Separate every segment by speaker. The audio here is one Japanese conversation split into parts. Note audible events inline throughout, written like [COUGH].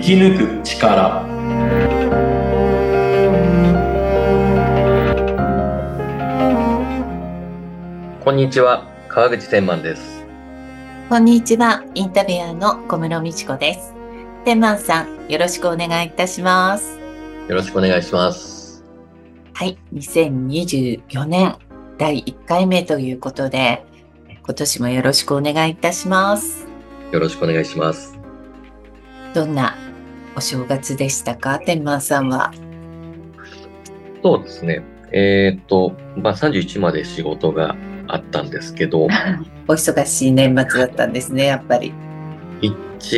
Speaker 1: き抜く力
Speaker 2: こんにちは、川口千万です。
Speaker 3: こんにちは、インタビュアーの小室美智子です。天満さん、よろしくお願いいたします。
Speaker 2: よろしくお願いします。
Speaker 3: はい、2024年第1回目ということで、今年もよろしくお願いいたします。
Speaker 2: よろしくお願いします。
Speaker 3: どんなお正月でしたか、天満さんは。
Speaker 2: そうですね。えーっと、まあ、31まで仕事があったんですけど、
Speaker 3: お忙しい年末だったんですね、やっぱり。
Speaker 2: 1、1日、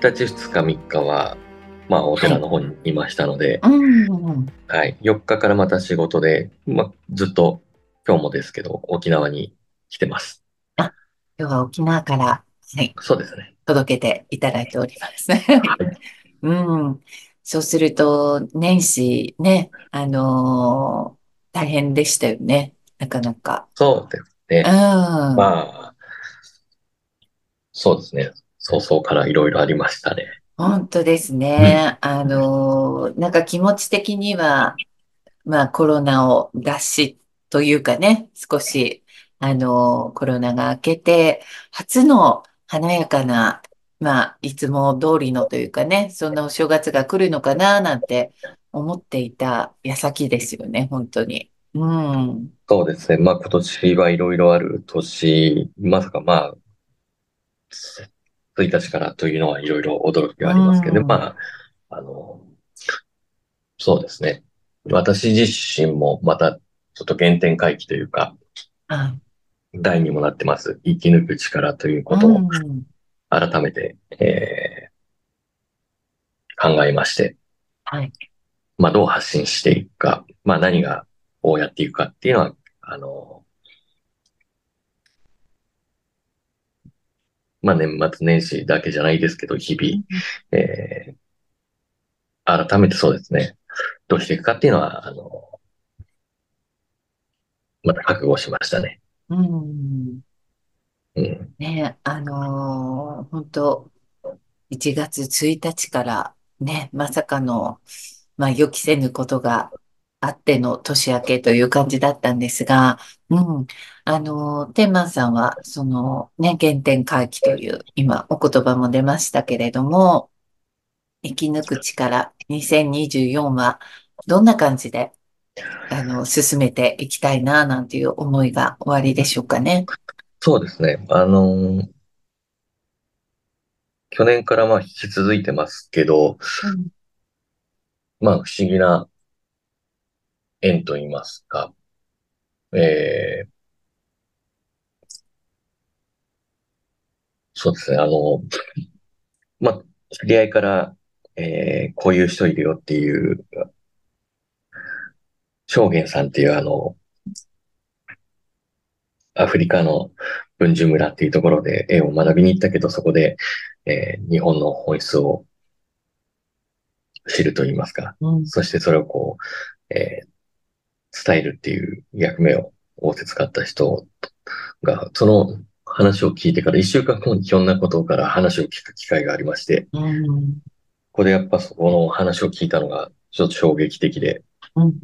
Speaker 2: 2日、3日は、まあ、お寺の方にいましたので、
Speaker 3: うん、
Speaker 2: はい、4日からまた仕事で、まあ、ずっと、今日もですけど、沖縄に来てます。
Speaker 3: 今日は沖縄から、はい、
Speaker 2: そうですね。
Speaker 3: 届けていただいております。 [LAUGHS] うん、そうすると、年始ね、あのー大変でしたよね、なかなか。
Speaker 2: そうですね
Speaker 3: うん、。
Speaker 2: ま
Speaker 3: 本
Speaker 2: あ、そうですね。早々からいろいろありましたね。
Speaker 3: 当ですね。あのーなんか気持ち的には、まあコロナを脱しというかね、少し、あのーコロナが明けて、初の華やかな、まあ、いつも通りのというかね、そんなお正月が来るのかな、なんて思っていた矢先ですよね、本当に。うん。
Speaker 2: そうですね。まあ今年はいろいろある年、まさかまあ、つ1日からというのはいろいろ驚きはありますけど、
Speaker 3: うん
Speaker 2: まあ、あの、そうですね。私自身もまたちょっと原点回帰というか、
Speaker 3: あ、
Speaker 2: 題にもなってます。生き抜く力という
Speaker 3: う
Speaker 2: ことを
Speaker 3: ん。
Speaker 2: 改めて、えー考えまして、
Speaker 3: はい。
Speaker 2: まあ、どう発信していくか、まあ、何が、をやっていくかっていうのは、あの、まあ、年末年始だけじゃないですけど、日々、えー改めてそうですね、どうしていくかっていうのは、あの、また覚悟しましたね。
Speaker 3: うん。
Speaker 2: うん。
Speaker 3: ね、あのー本当、1月1日からね、まさかの、まあ、予期せぬことがあっての年明けという感じだったんですが、うん、あのー、天満さんは、その、ね、原点回帰という、今、お言葉も出ましたけれども、生き抜く力2024は、どんな感じで、あの、進めていきたいな、なんていう思いがおありでしょうかね。
Speaker 2: そうですね。あの去年からまあ引き続いてますけど、まあ、不思議な縁と言いますか、えー、そうですね、あの、 [LAUGHS] まあ、知り合いから、えー、こういう人いるよっていう、証言さんっていうあの、アフリカの文殊村っていうところで絵を学びに行ったけど、そこで、えー日本の本質を知ると言いますか、
Speaker 3: うん
Speaker 2: そしてそれをこう、えー伝えるっていう役目を仰せつかった人が、その話を聞いてから一週間後にひょんなことから話を聞く機会がありまして、
Speaker 3: うん
Speaker 2: ここでやっぱそこの話を聞いたのがちょっと衝撃的で、
Speaker 3: うん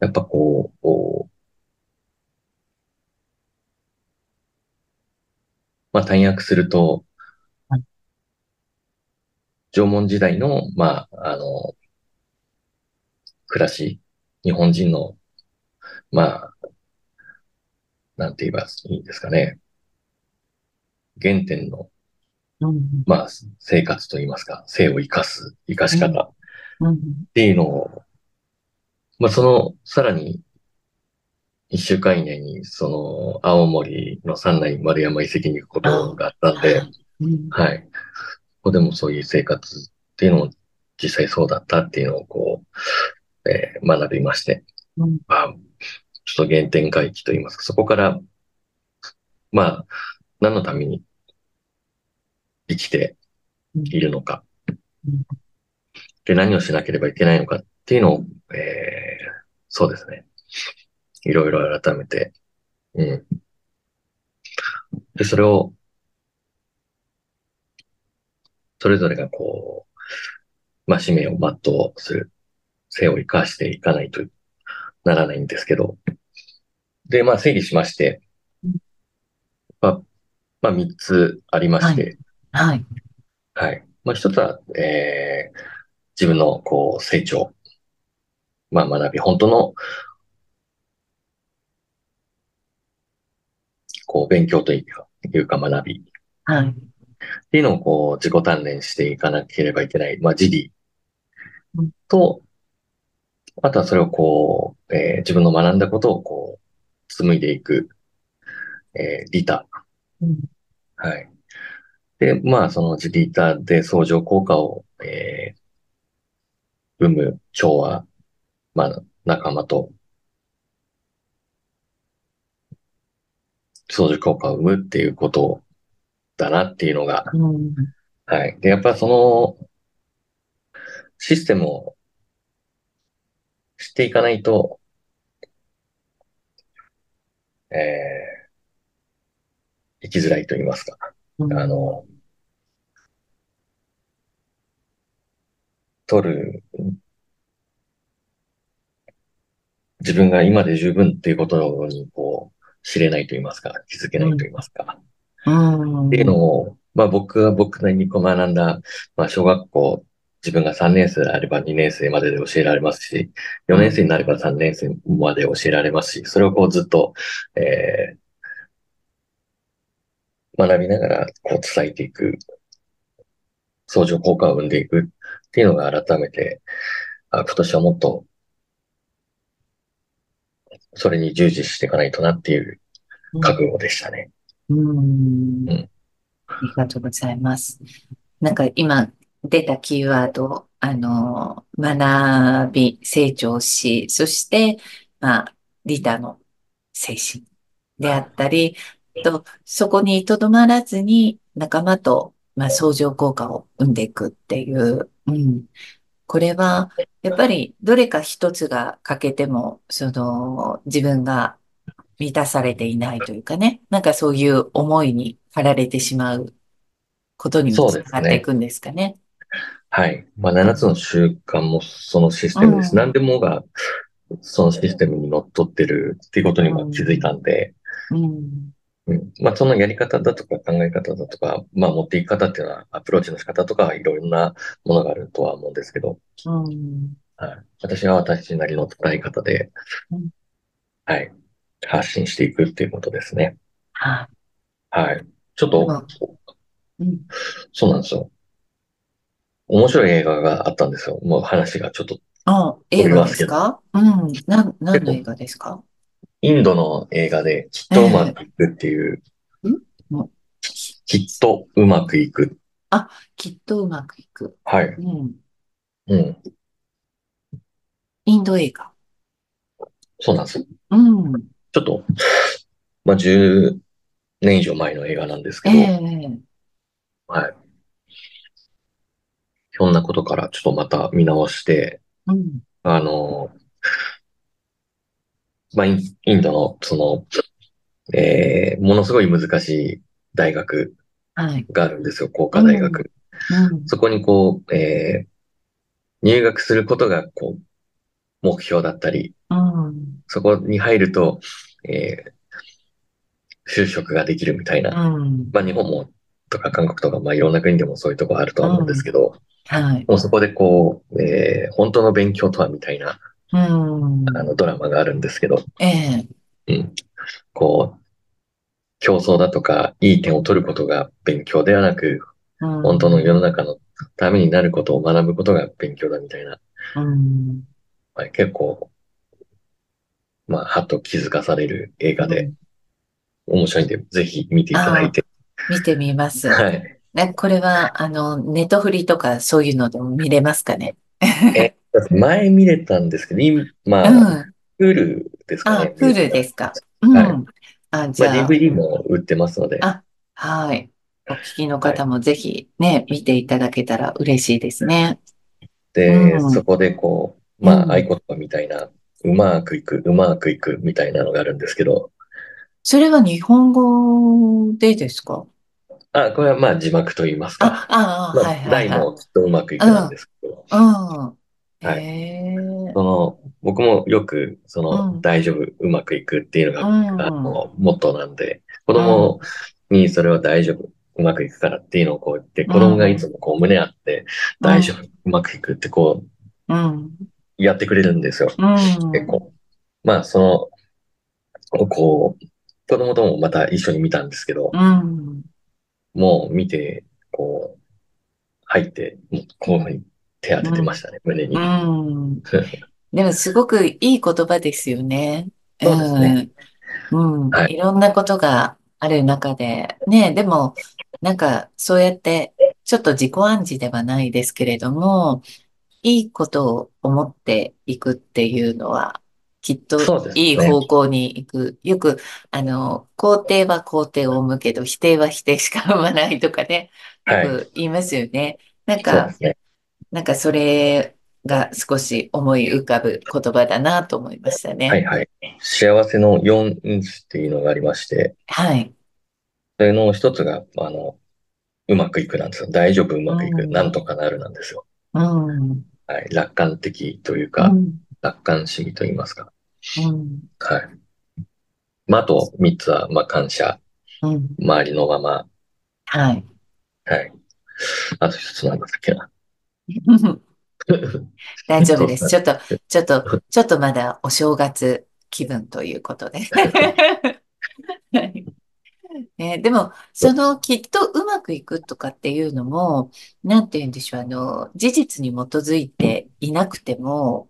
Speaker 2: やっぱこう、こうまあ、短訳すると
Speaker 3: は、
Speaker 2: 縄文時代の、まあ、あの、暮らし、日本人の、まあ、なんて言えばいいんですかね。原点の、
Speaker 3: うん
Speaker 2: まあ、生活といいますか、生を生かす、生かし方
Speaker 3: うん
Speaker 2: っていうのを、まあ、その、さらに、一週間以内に、その、青森の三内丸山遺跡に行くことがあったんで、
Speaker 3: うん
Speaker 2: はい。ここでもそういう生活っていうのも、実際そうだったっていうのを、こう、えー学びまして、
Speaker 3: うん
Speaker 2: まあ、ちょっと原点回帰といいますか、そこから、まあ、何のために生きているのか
Speaker 3: うん、
Speaker 2: で、何をしなければいけないのかっていうのを、えーそうですね。いろいろ改めて、うん。で、それを、それぞれがこう、まあ、使命を全うする、性を生かしていかないとならないんですけど、で、まあ、整理しまして、
Speaker 3: うん
Speaker 2: まあ、まあ、3つありま
Speaker 3: は
Speaker 2: し
Speaker 3: い。
Speaker 2: て、
Speaker 3: はい。
Speaker 2: はい。まあ、1つは、えー、自分のこう、成長、まあ、学び、本当のこう、勉強というか、いうか学び
Speaker 3: はい。
Speaker 2: っていうのをこう、自己鍛錬していかなければいけない、まあ、自利
Speaker 3: うん
Speaker 2: と、あとはそれをこう、えー自分の学んだことをこう、紡いでいく、えー、利他。
Speaker 3: うん
Speaker 2: はい。で、まあ、その自利他で相乗効果を、えー生む調和、まあ、仲間と相乗効果を生むっていうことだなっていうのが、
Speaker 3: うん
Speaker 2: はい。で、やっぱその、システムを知っていかないと、えー、生きづらいと言いますか。
Speaker 3: う
Speaker 2: あ
Speaker 3: ん
Speaker 2: の、取る、自分が今で十分っていうことに、こう、知れないと言いますか、気づけない
Speaker 3: う
Speaker 2: と
Speaker 3: ん
Speaker 2: 言いますか。
Speaker 3: う
Speaker 2: っていうんのを、まあ僕は僕なりにこう学んだ、まあ小学校、自分が3年生であれば2年生までで教えられますし、4年生になれば3年生まで教えられますし、それをこうずっと、えー学びながらこう伝えていく、相乗効果を生んでいくっていうのが改めて、あ、今年はもっとそれに従事していかないとなっていう覚悟でしたね。
Speaker 3: うん
Speaker 2: うん。
Speaker 3: ありがとうございます。なんか今出たキーワード、あの、学び、成長し、そして、まあ、リタの精神であったり、と、そこにとどまらずに仲間と、まあ、相乗効果を生んでいくっていう、うん。これは、やっぱりどれか一つが欠けても、その、自分が満たされていないというかね、なんかそういう思いに駆られてしまうことにも
Speaker 2: そう
Speaker 3: つ
Speaker 2: で
Speaker 3: な
Speaker 2: す
Speaker 3: がってい
Speaker 2: ね。
Speaker 3: くんですかね。
Speaker 2: はい。まあ、7つの習慣もそのシス
Speaker 3: う
Speaker 2: テムです。
Speaker 3: ん、
Speaker 2: 何でもがそのシステムにのっとってるっていうことに
Speaker 3: う
Speaker 2: も気づいた
Speaker 3: ん、
Speaker 2: んで、
Speaker 3: うん、
Speaker 2: うん、まあ、そのやり方だとか考え方だとか、まあ、持っていき方っていうのはアプローチの仕方とかいろんなものがあるとは思うんですけど、
Speaker 3: うん、
Speaker 2: はい、私は私なりの捉え方で、
Speaker 3: うん
Speaker 2: はい、発信していくっていうことですね。
Speaker 3: はい。
Speaker 2: はい。ちょっ
Speaker 3: で
Speaker 2: と、
Speaker 3: も、うん、
Speaker 2: そうなんですよ。面白い映画があったんですよ。もう話がちょっと
Speaker 3: あ、映
Speaker 2: 飛び
Speaker 3: 画
Speaker 2: ま
Speaker 3: ですす
Speaker 2: けど。
Speaker 3: かうん、なん、何
Speaker 2: 結
Speaker 3: の映
Speaker 2: 構、
Speaker 3: 画ですか
Speaker 2: インドの映画で、きっ
Speaker 3: え
Speaker 2: とうま
Speaker 3: え、
Speaker 2: くいくっていう、
Speaker 3: んもう、
Speaker 2: きっとうまくいく。
Speaker 3: あ、きっとうまくいく。
Speaker 2: はい。
Speaker 3: うん、
Speaker 2: うん。
Speaker 3: インド映画。
Speaker 2: そうなんですよ。
Speaker 3: うん、
Speaker 2: ちょっと、まあ、10年以上前の映画なんです
Speaker 3: え
Speaker 2: けど、
Speaker 3: え、
Speaker 2: はい。ひょんなことからちょっとまた見直して、
Speaker 3: うん、
Speaker 2: あの、まあ、インインドの、その、えーものすごい難しい大学
Speaker 3: はい、
Speaker 2: があるんですよ、工科大
Speaker 3: うん、
Speaker 2: 学。
Speaker 3: うん、
Speaker 2: そこにこう、えー入学することが、こう、目標だったり、
Speaker 3: うん、
Speaker 2: そこに入ると、えー就職ができるみたいうな。
Speaker 3: ん、
Speaker 2: まあ、日本も、とか韓国とか、まあ、いろんな国でもそういうとこあると
Speaker 3: う
Speaker 2: は思うんです
Speaker 3: ん、
Speaker 2: けど、
Speaker 3: はい、
Speaker 2: もうそこでこう、えー本当の勉強とはみたいな、
Speaker 3: う
Speaker 2: あの、
Speaker 3: ん、
Speaker 2: ドラマがあるんですけど、
Speaker 3: ええ、
Speaker 2: うん。こう、競争だとか、いい点を取ることが勉強ではなく、
Speaker 3: う
Speaker 2: 本当の世
Speaker 3: ん、
Speaker 2: の中のためになることを学ぶことが勉強だみたいな、
Speaker 3: うん、
Speaker 2: まあ、結構、まあ、はっと気づかされる映画
Speaker 3: う
Speaker 2: で、
Speaker 3: ん。
Speaker 2: 面白いんで、ぜひ見ていただい
Speaker 3: ああ、
Speaker 2: て。
Speaker 3: 見てみます。
Speaker 2: はい。
Speaker 3: ね、これは、あの、ネトフリとかそういうのでも見れますかね。
Speaker 2: え、前見れたんですけど、今、
Speaker 3: う
Speaker 2: まあ、
Speaker 3: ん。
Speaker 2: Hulu ですか
Speaker 3: あ、
Speaker 2: ね、見れた
Speaker 3: Hulu で
Speaker 2: の
Speaker 3: すか。
Speaker 2: はい。
Speaker 3: うん。あ、じ
Speaker 2: まあ、
Speaker 3: ゃあ、
Speaker 2: DVD も売ってますので、
Speaker 3: あ、はい。お聞きの
Speaker 2: はい。
Speaker 3: 方もぜひね、見ていただけたら嬉しいですね。う
Speaker 2: で、
Speaker 3: ん、う
Speaker 2: そこでこう、まあ、合
Speaker 3: ん。
Speaker 2: 言葉みたいな、うまくいく、うまくいくみたいなのがあるんですけど、
Speaker 3: それは日本語でですか
Speaker 2: あ、これはまあ字幕と言いますか。
Speaker 3: あ、ああ、
Speaker 2: ま
Speaker 3: は
Speaker 2: あ、
Speaker 3: いはい
Speaker 2: 題
Speaker 3: は
Speaker 2: もきっとうまくいかないんですけど、
Speaker 3: い。うん。
Speaker 2: はい。
Speaker 3: え
Speaker 2: その、僕もよく、そうの、
Speaker 3: ん、
Speaker 2: 大丈夫、うまくいくっていうの
Speaker 3: う
Speaker 2: が、あ
Speaker 3: ん、うん、
Speaker 2: の、モットーなんで、子
Speaker 3: う
Speaker 2: 供
Speaker 3: ん、
Speaker 2: にそれは大丈夫、うまくいくからっていうのをこう言って、
Speaker 3: う
Speaker 2: 子供がい
Speaker 3: ん、
Speaker 2: つもこう胸あって、
Speaker 3: う
Speaker 2: 大丈夫、
Speaker 3: ん、
Speaker 2: うまくいくってこう、
Speaker 3: うん、
Speaker 2: やってくれるんですよ。
Speaker 3: う
Speaker 2: 結
Speaker 3: ん
Speaker 2: 構。まあ、その、こう、子供ともまた一緒に見たんですけど、もう見て、こう、入って、もうこういうふうに手当て
Speaker 3: う
Speaker 2: てまし
Speaker 3: ん、
Speaker 2: たね、胸に。
Speaker 3: うん。でもすごくいい言葉ですよね。う
Speaker 2: そうですね。
Speaker 3: ん。うん。
Speaker 2: はいい。
Speaker 3: ろんなことがある中で。ね、でも、なんかそうやって、ちょっと自己暗示ではないですけれども、いいことを思っていくっていうのは、きっと
Speaker 2: そうです
Speaker 3: いい
Speaker 2: ね。
Speaker 3: 方向に行く。よく、あの、肯定は肯定を生むけど、否定は否定しか生まないとかね、よ
Speaker 2: はい。
Speaker 3: く言いますよね。なん
Speaker 2: そうで
Speaker 3: か、
Speaker 2: すね。
Speaker 3: なんかそれが少し思い浮かぶ言葉だなと思いました
Speaker 2: は
Speaker 3: ね。
Speaker 2: いはい。幸せの4因子っていうのがありまして、
Speaker 3: はい。
Speaker 2: それの一つが、あの、うまくいくなんですよ。大丈夫、う
Speaker 3: う
Speaker 2: まくいく。なん
Speaker 3: ん、
Speaker 2: とかなるなんですよ。
Speaker 3: うん、
Speaker 2: はい。楽観的という
Speaker 3: う
Speaker 2: か、
Speaker 3: ん、
Speaker 2: 楽観主義と言いますか。
Speaker 3: うん、
Speaker 2: はい。まあ、あと3つは、まあ、感謝、
Speaker 3: うん。
Speaker 2: 周りのまま、
Speaker 3: はい。
Speaker 2: はい。あと一つなんだっけな。 [LAUGHS]
Speaker 3: 大丈夫
Speaker 2: そ
Speaker 3: で
Speaker 2: う
Speaker 3: す。
Speaker 2: だ
Speaker 3: ちょっと、ちょっと、
Speaker 2: ね。
Speaker 3: ちょっとまだお正月気分ということで。はいね、でも、そのきっとうまくいくとかっていうのも、なんて言うんでしょう、あの、事実に基づいていなくても、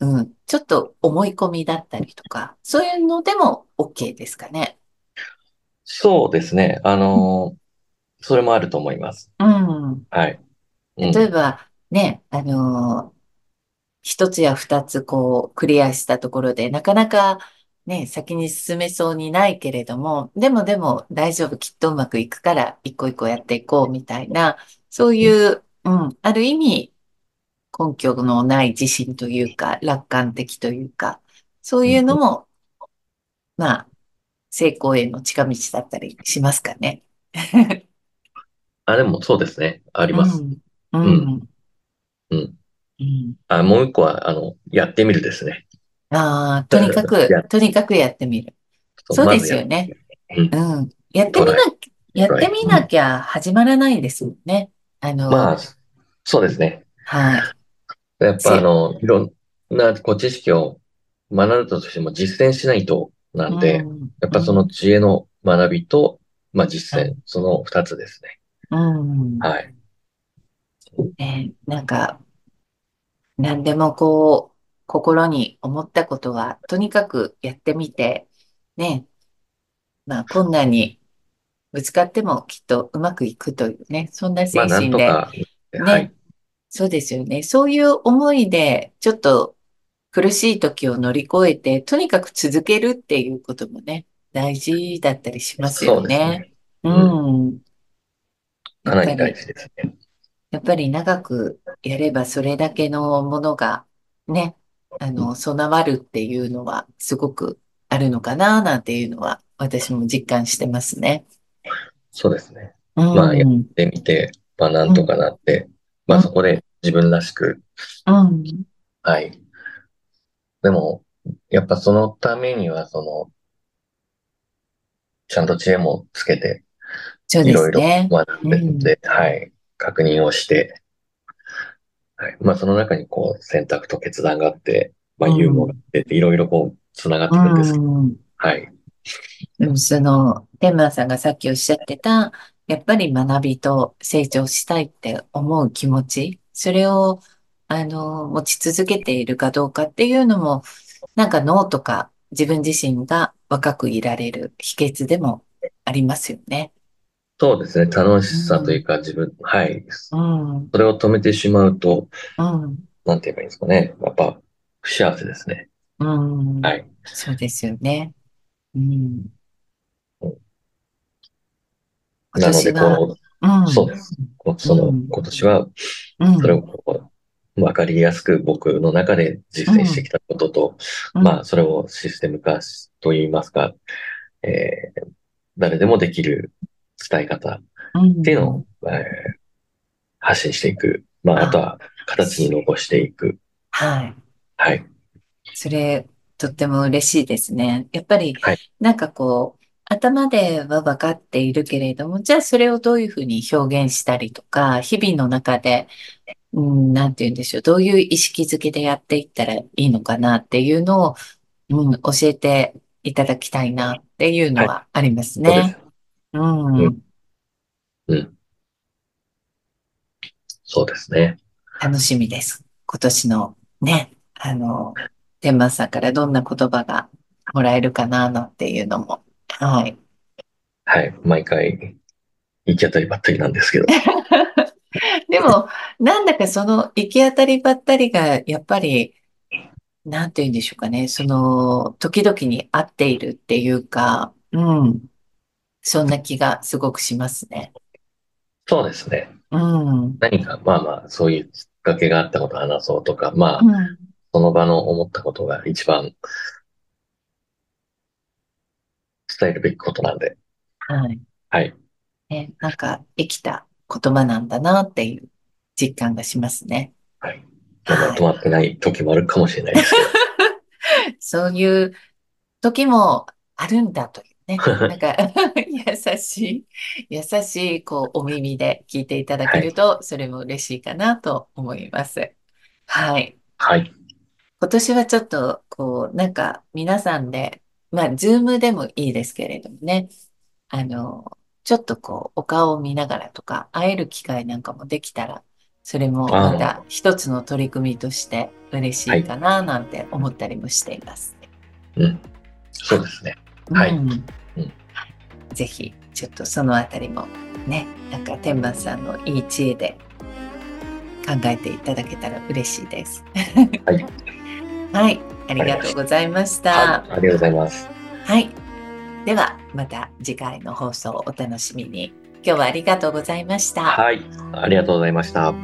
Speaker 3: うん、ちょっと思い込みだったりとか、そういうのでも OK ですかね。
Speaker 2: そうですね。あのーそれもあると思います。
Speaker 3: うん。
Speaker 2: はい。う
Speaker 3: 例え
Speaker 2: ん。
Speaker 3: ば、ね、あの、一つや二つこうクリアしたところで、なかなかね、先に進めそうにないけれども、でもでも大丈夫、きっとうまくいくから、一個一個やっていこうみたいな、そういう、うん、ある意味根拠のない自信というか、楽観的というか、そう
Speaker 2: う
Speaker 3: いうんのも、まあ、成功への近道だったりしますかね。
Speaker 2: あ、でもそうですね。あり
Speaker 3: う
Speaker 2: ます。
Speaker 3: ん、
Speaker 2: う
Speaker 3: う
Speaker 2: ん。
Speaker 3: ん、
Speaker 2: うん。
Speaker 3: うん。
Speaker 2: あ、もう一個は、あの、やってみるですね。
Speaker 3: ああ、とにかく、
Speaker 2: や、
Speaker 3: とにかくやってみる。
Speaker 2: そう
Speaker 3: そう
Speaker 2: ま
Speaker 3: で
Speaker 2: ず
Speaker 3: す
Speaker 2: やって
Speaker 3: よね。
Speaker 2: みる。うん。
Speaker 3: うん。やって
Speaker 2: トラ
Speaker 3: み
Speaker 2: イ。
Speaker 3: な、や
Speaker 2: ト
Speaker 3: っ
Speaker 2: ラ
Speaker 3: て
Speaker 2: イ。
Speaker 3: み
Speaker 2: う。
Speaker 3: なんきゃ始まらないですもんね。あ
Speaker 2: ま
Speaker 3: の、
Speaker 2: あ、そうですね。
Speaker 3: はい。
Speaker 2: やっぱ、あ
Speaker 3: せ、
Speaker 2: の、いろんな、こう、知識を学んだとしても実践しないと、な
Speaker 3: うん
Speaker 2: で、
Speaker 3: ん、
Speaker 2: やっ
Speaker 3: う
Speaker 2: ぱその
Speaker 3: ん、
Speaker 2: 知恵の学びと、まあ、実践、
Speaker 3: う
Speaker 2: その二つですね。
Speaker 3: ん、うん。
Speaker 2: はい。
Speaker 3: ね、なんか、何でもこう、心に思ったことは、とにかくやってみて、ね、まあ、困難にぶつかってもきっとうまくいくというね、そんな
Speaker 2: まあ、
Speaker 3: 精
Speaker 2: なん
Speaker 3: 神
Speaker 2: と
Speaker 3: で、
Speaker 2: か、はい。
Speaker 3: ね、そうですよね。そういう思いで、ちょっと苦しい時を乗り越えて、とにかく続けるっていうこともね、大事だったりしま
Speaker 2: そ
Speaker 3: すよ
Speaker 2: うです
Speaker 3: ね。
Speaker 2: ね。
Speaker 3: う
Speaker 2: うん。
Speaker 3: ん。や
Speaker 2: かな
Speaker 3: っぱ
Speaker 2: り大
Speaker 3: り、
Speaker 2: 事ですね。
Speaker 3: やっぱり長くやればそれだけのものがね、あ
Speaker 2: うん
Speaker 3: の、備わるっていうのはすごくあるのかな、なんていうのは私も実感してますね。
Speaker 2: そうですね。
Speaker 3: う
Speaker 2: まあ、やっ
Speaker 3: ん、うん、
Speaker 2: てみて、まあ、なん
Speaker 3: う
Speaker 2: と
Speaker 3: ん、
Speaker 2: かなって、ま
Speaker 3: う
Speaker 2: あ、そ
Speaker 3: ん、
Speaker 2: こで自分らしく、
Speaker 3: うん、
Speaker 2: はい。でも、やっぱそのためには、その、ちゃんと知恵もつけて、
Speaker 3: そう
Speaker 2: い
Speaker 3: で
Speaker 2: ろ
Speaker 3: す
Speaker 2: いろ
Speaker 3: ね。
Speaker 2: 学ん
Speaker 3: う
Speaker 2: で、
Speaker 3: ん、
Speaker 2: で、はい、確認をして、はい、まあ、その中にこう、選択と決断があって、まあ、
Speaker 3: う
Speaker 2: ユーモアが
Speaker 3: ん、
Speaker 2: あって、いろいろこう、つながっていくんですけど、
Speaker 3: うん。
Speaker 2: はい。
Speaker 3: でもその、天満さんがさっきおっしゃってた、やっぱり学びと成長したいって思う気持ち、それを、あの、持ち続けているかどうかっていうのも、なんか脳とか自分自身が若くいられる秘訣でもありますよね。
Speaker 2: そうですね。楽
Speaker 3: う、
Speaker 2: しさというんか、自分、はい。
Speaker 3: うん、
Speaker 2: それを止めてしまうと、
Speaker 3: うん、
Speaker 2: なんて言えばいいんですかね。やっぱ、不幸せですね。
Speaker 3: う
Speaker 2: は
Speaker 3: ん。
Speaker 2: い。
Speaker 3: そうですよね。うん、今
Speaker 2: なの
Speaker 3: 年
Speaker 2: で、
Speaker 3: は、
Speaker 2: こ
Speaker 3: う
Speaker 2: う、そうで
Speaker 3: ん、
Speaker 2: す。こう
Speaker 3: う
Speaker 2: その、
Speaker 3: ん、
Speaker 2: 今年は、
Speaker 3: う
Speaker 2: それ
Speaker 3: ん、
Speaker 2: をこう、わかりやすく僕の中で
Speaker 3: う
Speaker 2: 実践して
Speaker 3: ん、
Speaker 2: きたことと、
Speaker 3: う
Speaker 2: まあ、
Speaker 3: ん、
Speaker 2: それをシステム化しと言いますか、えー誰でもできる伝え方。
Speaker 3: う
Speaker 2: っていうの
Speaker 3: ん。
Speaker 2: を、えー発信していく。まあ、あと
Speaker 3: あ、
Speaker 2: は形に残していく。
Speaker 3: はい。
Speaker 2: はい。
Speaker 3: それ、とっても嬉しいですね。やっぱり、
Speaker 2: はい。
Speaker 3: なんかこう、頭では分かっているけれども、じゃあそれをどういうふうに表現したりとか、日々の中で、うん、なんて言うんでしょう、どういう意識づけでやっていったらいいのかなっていうのを、うん、教えていただきたいなっていうの
Speaker 2: はい。
Speaker 3: はあります
Speaker 2: そうで
Speaker 3: ね。
Speaker 2: す。
Speaker 3: う
Speaker 2: うん。
Speaker 3: ん、
Speaker 2: うん。そうですね。
Speaker 3: 楽しみです。今年のね、あの、天満さんからどんな言葉がもらえるかななんていうのも。はい。
Speaker 2: はい。毎回、行き当たりばったりなんですけ
Speaker 3: [LAUGHS]
Speaker 2: ど。
Speaker 3: でも、なんだかその行き当たりばったりが、やっぱり、なんて言うんでしょうかね、その、時々に合っているっていうか、うん、そんな気がすごくしますね。
Speaker 2: そうですね。
Speaker 3: うん、
Speaker 2: 何か、まあまあ、そういうきっかけがあったことを話そうとか、ま
Speaker 3: う
Speaker 2: あ、
Speaker 3: ん、
Speaker 2: その場の思ったことが一番伝えるべきことなんで。
Speaker 3: はい。
Speaker 2: はい。
Speaker 3: ね、なんか、生きた言葉なんだなっていう実感がしますね。
Speaker 2: はい。まあまあ、
Speaker 3: は
Speaker 2: 止まってない時もあるかもしれないですけど。
Speaker 3: い。そういう時もあるんだという
Speaker 2: [LAUGHS]
Speaker 3: ね。なんか [LAUGHS] 優しい、優しい、こう、お耳で聞いていただけ
Speaker 2: は
Speaker 3: る
Speaker 2: い。
Speaker 3: と、それも嬉しいかなと思います。はい。
Speaker 2: はい。
Speaker 3: 今年はちょっと、こう、なんか、皆さんで、まあ、ズームでもいいですけれどもね、あの、ちょっとこう、お顔を見ながらとか、会える機会なんかもできたら、それもま
Speaker 2: あ
Speaker 3: た一つの取り組みとして嬉し
Speaker 2: あ、はいい。
Speaker 3: かな、なんて思ったりもしています。
Speaker 2: うん。
Speaker 3: は
Speaker 2: そうで
Speaker 3: い。
Speaker 2: すね。は
Speaker 3: う
Speaker 2: い。
Speaker 3: ん。
Speaker 2: うん。
Speaker 3: ぜひ、ちょっとそのあたりもね、なんか天満さんのいい知恵で考えていただけたら嬉しいです。
Speaker 2: はい。わ
Speaker 3: [LAUGHS] はい、あり
Speaker 2: かり
Speaker 3: が
Speaker 2: ま
Speaker 3: とう
Speaker 2: し。
Speaker 3: ございました
Speaker 2: はい。
Speaker 3: た。
Speaker 2: ありがとうございます。
Speaker 3: はい、ではまた次回の放送をお楽しみに。今日はありがとうございました。
Speaker 2: はい。ありがとうございました。